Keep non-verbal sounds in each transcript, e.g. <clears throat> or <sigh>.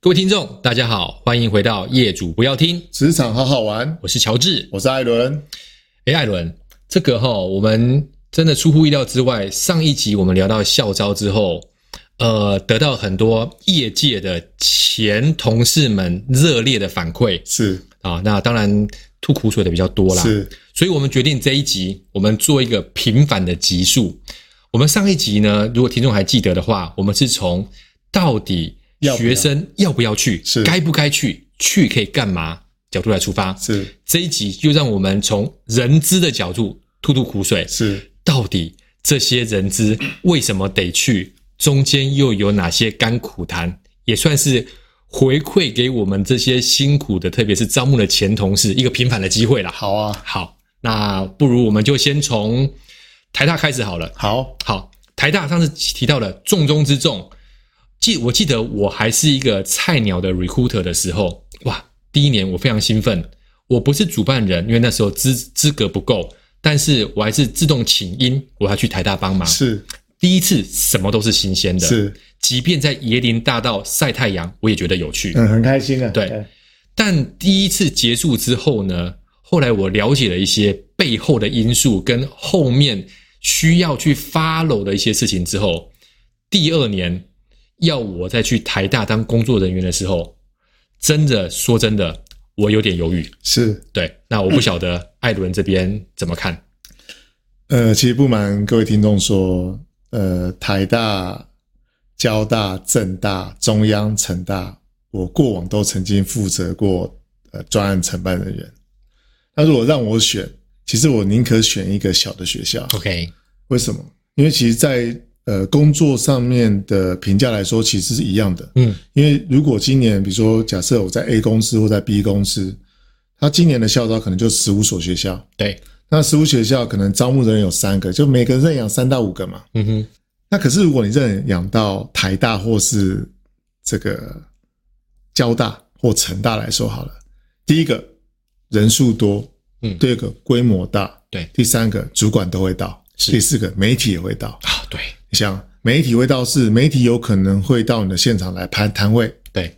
各位听众，大家好，欢迎回到《业主不要听》，职场好好玩，我是乔治。我是艾伦。哎，艾伦，这个哈、我们真的出乎意料之外。上一集我们聊到校招之后，呃，得到很多业界的前同事们热烈的反馈是啊。那当然吐苦水的比较多啦，是，所以我们决定这一集我们做一个平反的集数。我们上一集呢，如果听众还记得的话，我们是从到底要不要学生要不要去，是该不该去，去可以干嘛角度来出发。是这一集就让我们从人资的角度吐吐苦水，是到底这些人资为什么得去，中间又有哪些甘苦谈，也算是回馈给我们这些辛苦的，特别是招募的前同事一个平反的机会啦。好啊，好，那不如我们就先从台大开始好了。好好，台大上次提到了重中之重，记我记得我还是一个菜鸟的 recruiter 的时候，哇，第一年我非常兴奋，我不是主办人，因为那时候资资格不够，但是我还是自动请缨，我要去台大帮忙。是第一次什么都是新鲜的，是，即便在椰林大道晒太阳，我也觉得有趣。嗯，很开心啊。对哎，但第一次结束之后呢，后来我了解了一些背后的因素跟后面需要去 follow 的一些事情之后，第二年要我再去台大当工作人员的时候，真的说真的，我有点犹豫。是。对，那我不晓得艾伦这边怎么看。呃，其实不瞒各位听众说，呃，台大、交大、政大、中央、成大，我过往都曾经负责过呃专案承办人员。那如果让我选，其实我宁可选一个小的学校。 OK，为什么？因为其实在，呃工作上面的评价来说，其实是一样的。嗯，因为如果今年，比如说假设我在 A 公司或在 B 公司，他今年的校招可能就十五所学校，对，那十五学校可能招募人有三个，就每个认养三到五个嘛。嗯哼，那可是如果你认养到台大或是这个交大或成大来说好了，第一个人数多，嗯第二个规模大，对第三个主管都会到，是第四个媒体也会到。啊，对你想，媒体会到是媒体有可能会到你的现场来盘摊位，对，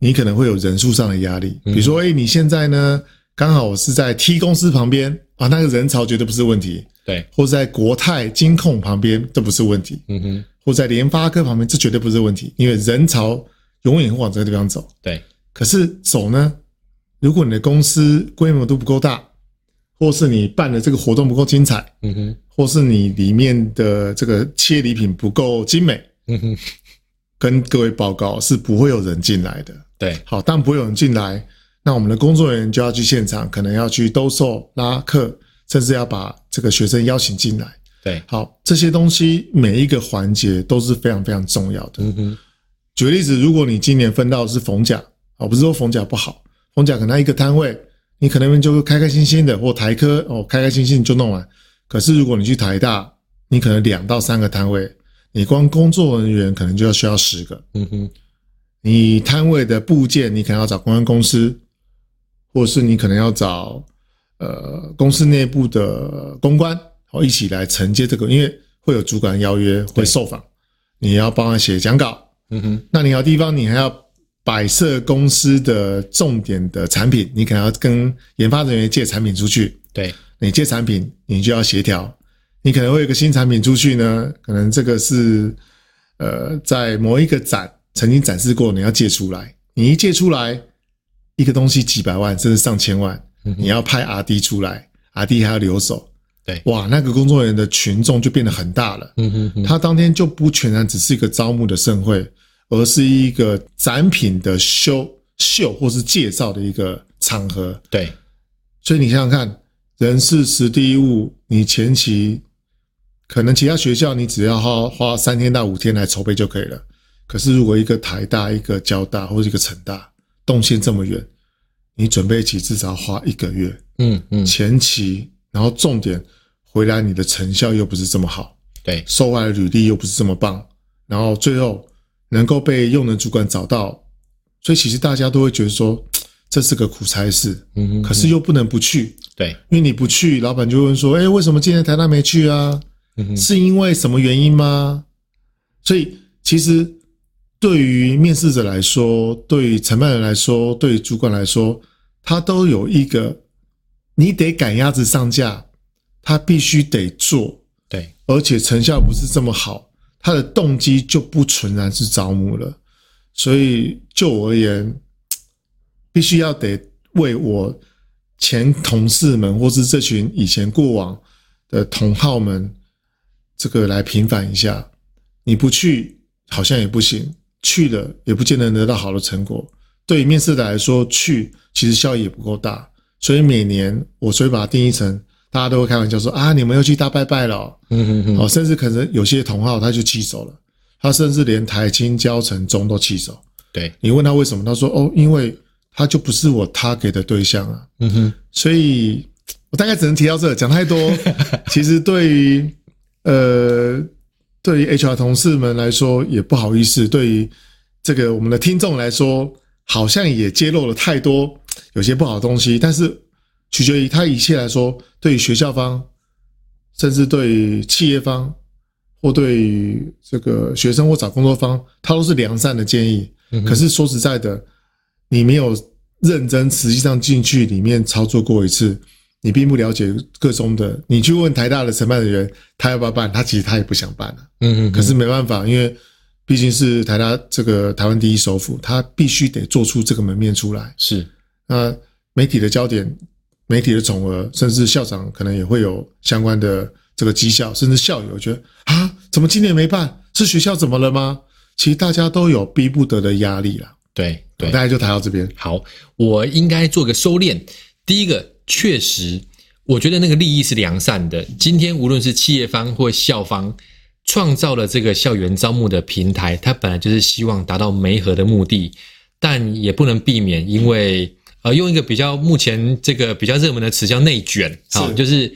你可能会有人数上的压力。嗯比如说，哎、你现在呢，刚好我是在 T 公司旁边啊，那个人潮绝对不是问题；对，或是在国泰金控旁边，这不是问题；嗯哼，或在联发科旁边，这绝对不是问题，因为人潮永远会往这个地方走。对，可是走呢，如果你的公司规模都不够大，或是你办的这个活动不够精彩，嗯哼，或是你里面的这个切礼品不够精美，嗯哼，跟各位报告是不会有人进来的。对，好，但不会有人进来，那我们的工作人员就要去现场，可能要去兜售、拉客，甚至要把这个学生邀请进来。对，好，这些东西每一个环节都是非常非常重要的。嗯哼，举个例子，如果你今年分到的是逢甲，啊，不是说逢甲不好，逢甲可能它一个摊位，你可能就开开心心的，或台科哦，开开心心就弄完。可是如果你去台大，你可能两到三个摊位，你光工作人员可能就要需要十个，嗯哼，你摊位的部件，你可能要找公关公司，或是你可能要找呃公司内部的公关，哦，一起来承接这个，因为会有主管邀约，会受访，你要帮他写讲稿，嗯哼，那你要地方，你还要摆设公司的重点的产品，你可能要跟研发人员借产品出去。对，你借产品，你就要协调。你可能会有一个新产品出去呢，可能这个是呃在某一个展曾经展示过，你要借出来。你一借出来，一个东西几百万甚至上千万，嗯你哼，要派 R D 出来，R D 还要留守。对哇，那个工作人员的群众就变得很大了。嗯哼，嗯哼它当天就不全然只是一个招募的盛会，而是一个展品的修秀或是介绍的一个场合。对，所以你想想看，人事实地物，你前期可能其他学校你只要花花三天到五天来筹备就可以了。可是如果一个台大、一个交大或者一个成大动线这么远，你准备期至少花一个月嗯嗯，前期，然后重点回来你的成效又不是这么好。对，受外的履历又不是这么棒，然后最后能够被用人主管找到，所以其实大家都会觉得说这是个苦差事，嗯哼，可是又不能不去，对，因为你不去，老板就会问说，哎，为什么今天台大没去啊？嗯哼，是因为什么原因吗？所以其实对于面试者来说，对于承办人来说，对于主管来说，他都有一个，你得赶鸭子上架，他必须得做，对，而且成效不是这么好，他的动机就不纯然是招募了。所以就我而言，必须要得为我前同事们，或是这群以前过往的同好们，这个来平反一下。你不去好像也不行，去了也不见得能得到好的成果。对于面试的来说，去其实效益也不够大，所以每年我所以把它定义成，大家都会开玩笑说啊，你们又去大拜拜了哦、嗯哼哼，哦，甚至可能有些同号他就弃守了，他甚至连台青、交城、中都弃守。对，你问他为什么，他说哦，因为他就不是我他给的对象啊。嗯哼，所以我大概只能提到这，讲太多，其实对于呃对于 HR 同事们来说也不好意思，对于这个我们的听众来说，好像也揭露了太多有些不好的东西，但是取决于他一切来说，对于学校方，甚至对于企业方。或对于这个学生或找工作方，他都是良善的建议。嗯哼可是说实在的，你没有认真实际上进去里面操作过一次，你并不了解各中的。你去问台大的承办人员，他要不要办？他其实他也不想办了、嗯哼，可是没办法，因为毕竟是台大这个台湾第一首府，他必须得做出这个门面出来。是，那媒体的焦点、媒体的总额，甚至校长可能也会有相关的这个绩效，甚至校友觉得啊，怎么今年没办？是学校怎么了吗？其实大家都有逼不得的压力啦。对对我大，概就谈到这边。好，我应该做个收敛。第一个，确实，我觉得那个利益是良善的。今天无论是企业方或校方，创造了这个校园招募的平台，它本来就是希望达到媒合的目的，但也不能避免，因为呃，用一个比较目前这个比较热门的词叫内卷，好，是就是。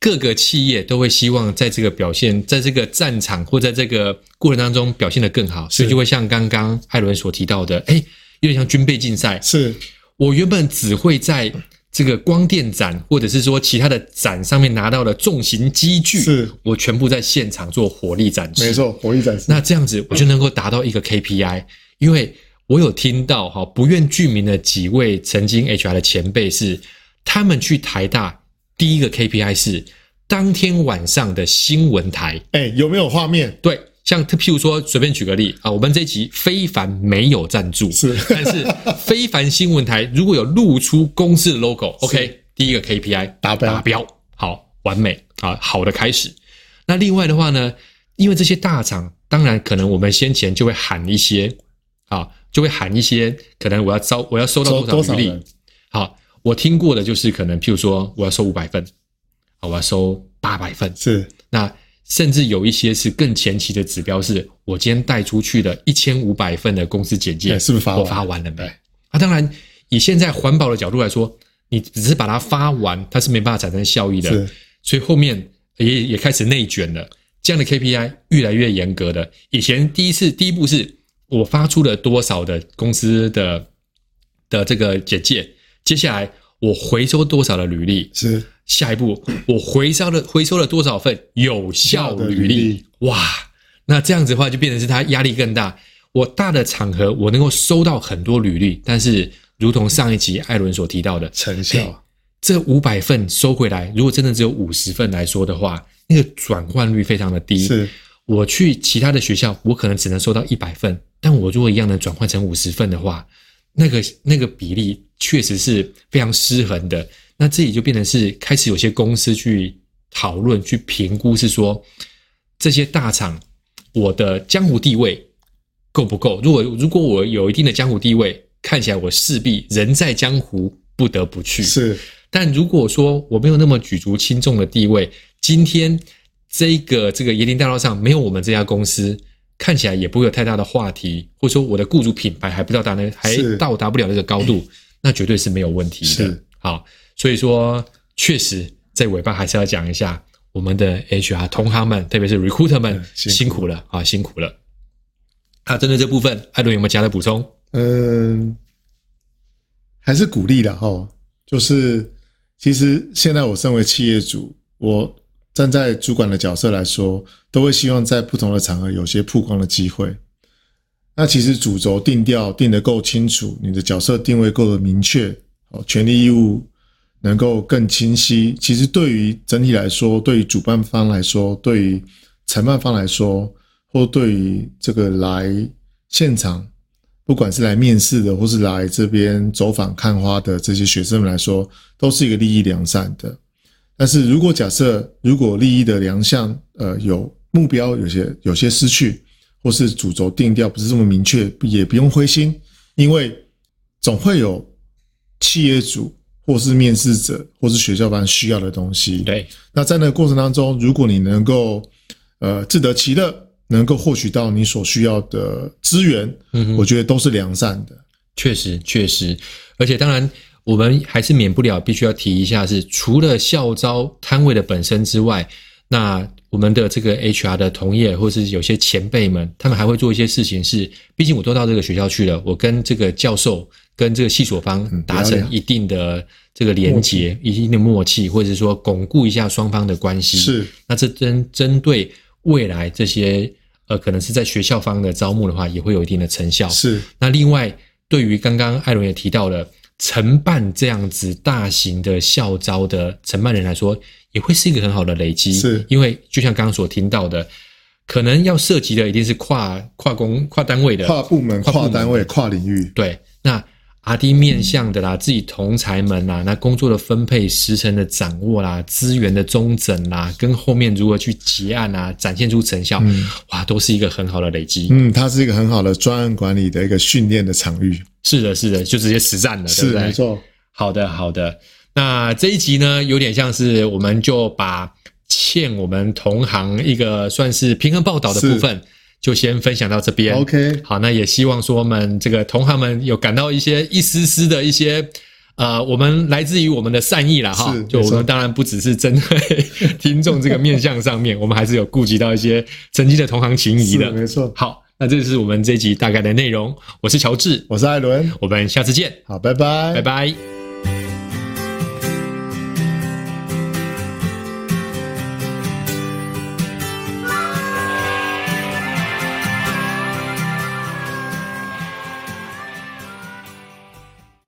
各个企业都会希望在这个表现，在这个战场或在这个过程当中表现得更好，所以是就会像刚刚艾伦所提到的，哎，有点像军备竞赛，是我原本只会在这个光电展或者是说其他的展上面拿到的重型机具，是我全部在现场做火力展示。没，错，火力展示。那这样子我就能够达到一个 KPI，因为我有听到哈不愿具名的几位曾经 HR 的前辈是，他们去台大第一个 KPI 是当天晚上的新闻台，哎、有没有画面？对。像譬如说，随便举个例啊，我们这一集非凡没有赞助，是但是非凡新闻台如果有露出公司的 logo，OK，第一个 KPI 达标达标，好，完美啊，好的开始。那另外的话呢，因为这些大厂，当然可能我们先前就会喊一些啊，就会喊一些，可能我要招，我要收到收多多少少履历人？？好，我听过的就是可能譬如说，我要收五百份，啊，我要收八百份，是那甚至有一些是更前期的指标是，我今天带出去的一千五百份的公司简介，对哎是不是发我完哎发完了没对？啊，当然，以现在环保的角度来说，你只是把它发完，它是没办法产生效益的是。所以后面也也开始内卷了，这样的 KPI 越来越严格了。以前第一次第一步是我发出了多少的公司的的这个简介，接下来我回收多少的履历，是下一步我回收了回收了多少份有效履历？哇，那这样子的话就变成是他压力更大。我大的场合我能够收到很多履历，但是如同上一集艾伦所提到的，成效、哎这五百份收回来，如果真的只有五十份来说的话，那个转换率非常的低。是我去其他的学校，我可能只能收到一百份，但我如果一样能转换成五十份的话，那个那个比例确实是非常失衡的。那这里就变成是开始有些公司去讨论、去评估，是说这些大厂我的江湖地位够不够？如果如果我有一定的江湖地位，看起来我势必人在江湖不得不去。是但如果说我没有那么举足轻重的地位，今天这个这个椰林大道上没有我们这家公司，看起来也不会有太大的话题，或者说我的雇主品牌还不到达那还是到达不了那个高 <clears throat> 度，那绝对是没有问题的是。好，所以说确实在尾巴还是要讲一下我们的 HR 同行们，特别是 recruiter 们、嗯辛苦辛苦了啊，辛苦了。啊，针对这部分，艾伦有没有其他的补充？嗯，还是鼓励的哈。就是其实现在我身为企业主，我站在主管的角色来说，都会希望在不同的场合有些曝光的机会。那其实主轴定调定得够清楚，你的角色定位够的明确，哦，权利义务能够更清晰。其实对于整体来说，对于主办方来说，对于承办方来说，或对于这个来现场，不管是来面试的，或是来这边走访看花的这些学生们来说，都是一个利益良善的。但是如果假设如果利益的良相呃有目标有些有些失去，或是主轴定调不是这么明确，也不用灰心，因为总会有企业主或是面试者或是学校班需要的东西。对，那在那个过程当中，如果你能够呃自得其乐，能够获取到你所需要的资源，嗯哼嗯我觉得都是良善的。确实，确实，而且当然，我们还是免不了必须要提一下是，除了校招摊位的本身之外，那我们的这个 HR 的同业或是有些前辈们，他们还会做一些事情是，毕竟我都到这个学校去了，我跟这个教授跟这个系所方嗯达了成解一定的这个连结，一定的默契，或者是说巩固一下双方的关系。是那这针针对未来这些呃，可能是在学校方的招募的话，也会有一定的成效。是，那另外，对于刚刚艾伦也提到了，承办这样子大型的校招的承办人来说，也会是一个很好的累积，是因为就像刚刚所听到的，可能要涉及的一定是跨跨工跨单位的跨部门、跨部跨门单位、跨领域，对，那阿弟面向的啦，自己同才们啦，那工作的分配、时程的掌握啦、资源的中整啦，跟后面如何去结案啊，展现出成效，哇，都是一个很好的累积。嗯，它是一个很好的专案管理的一个训练的场域。是的，是的，就直接实战了，对是不对？没错，好的，好的。那这一集呢，有点像是我们就把欠我们同行一个算是平衡报道的是部分，就先分享到这边。 OK 好，那也希望说我们这个同行们有感到一些一丝丝的一些。呃，我们来自于我们的善意啦，哈是，就我没错们当然不只是针对 <laughs> 听众这个面向上面，我们还是有顾及到一些曾经的同行情谊是的。没错。好，那这是我们这一集大概的内容。我是乔治，我是艾伦，我们下次见，好，拜拜，拜拜。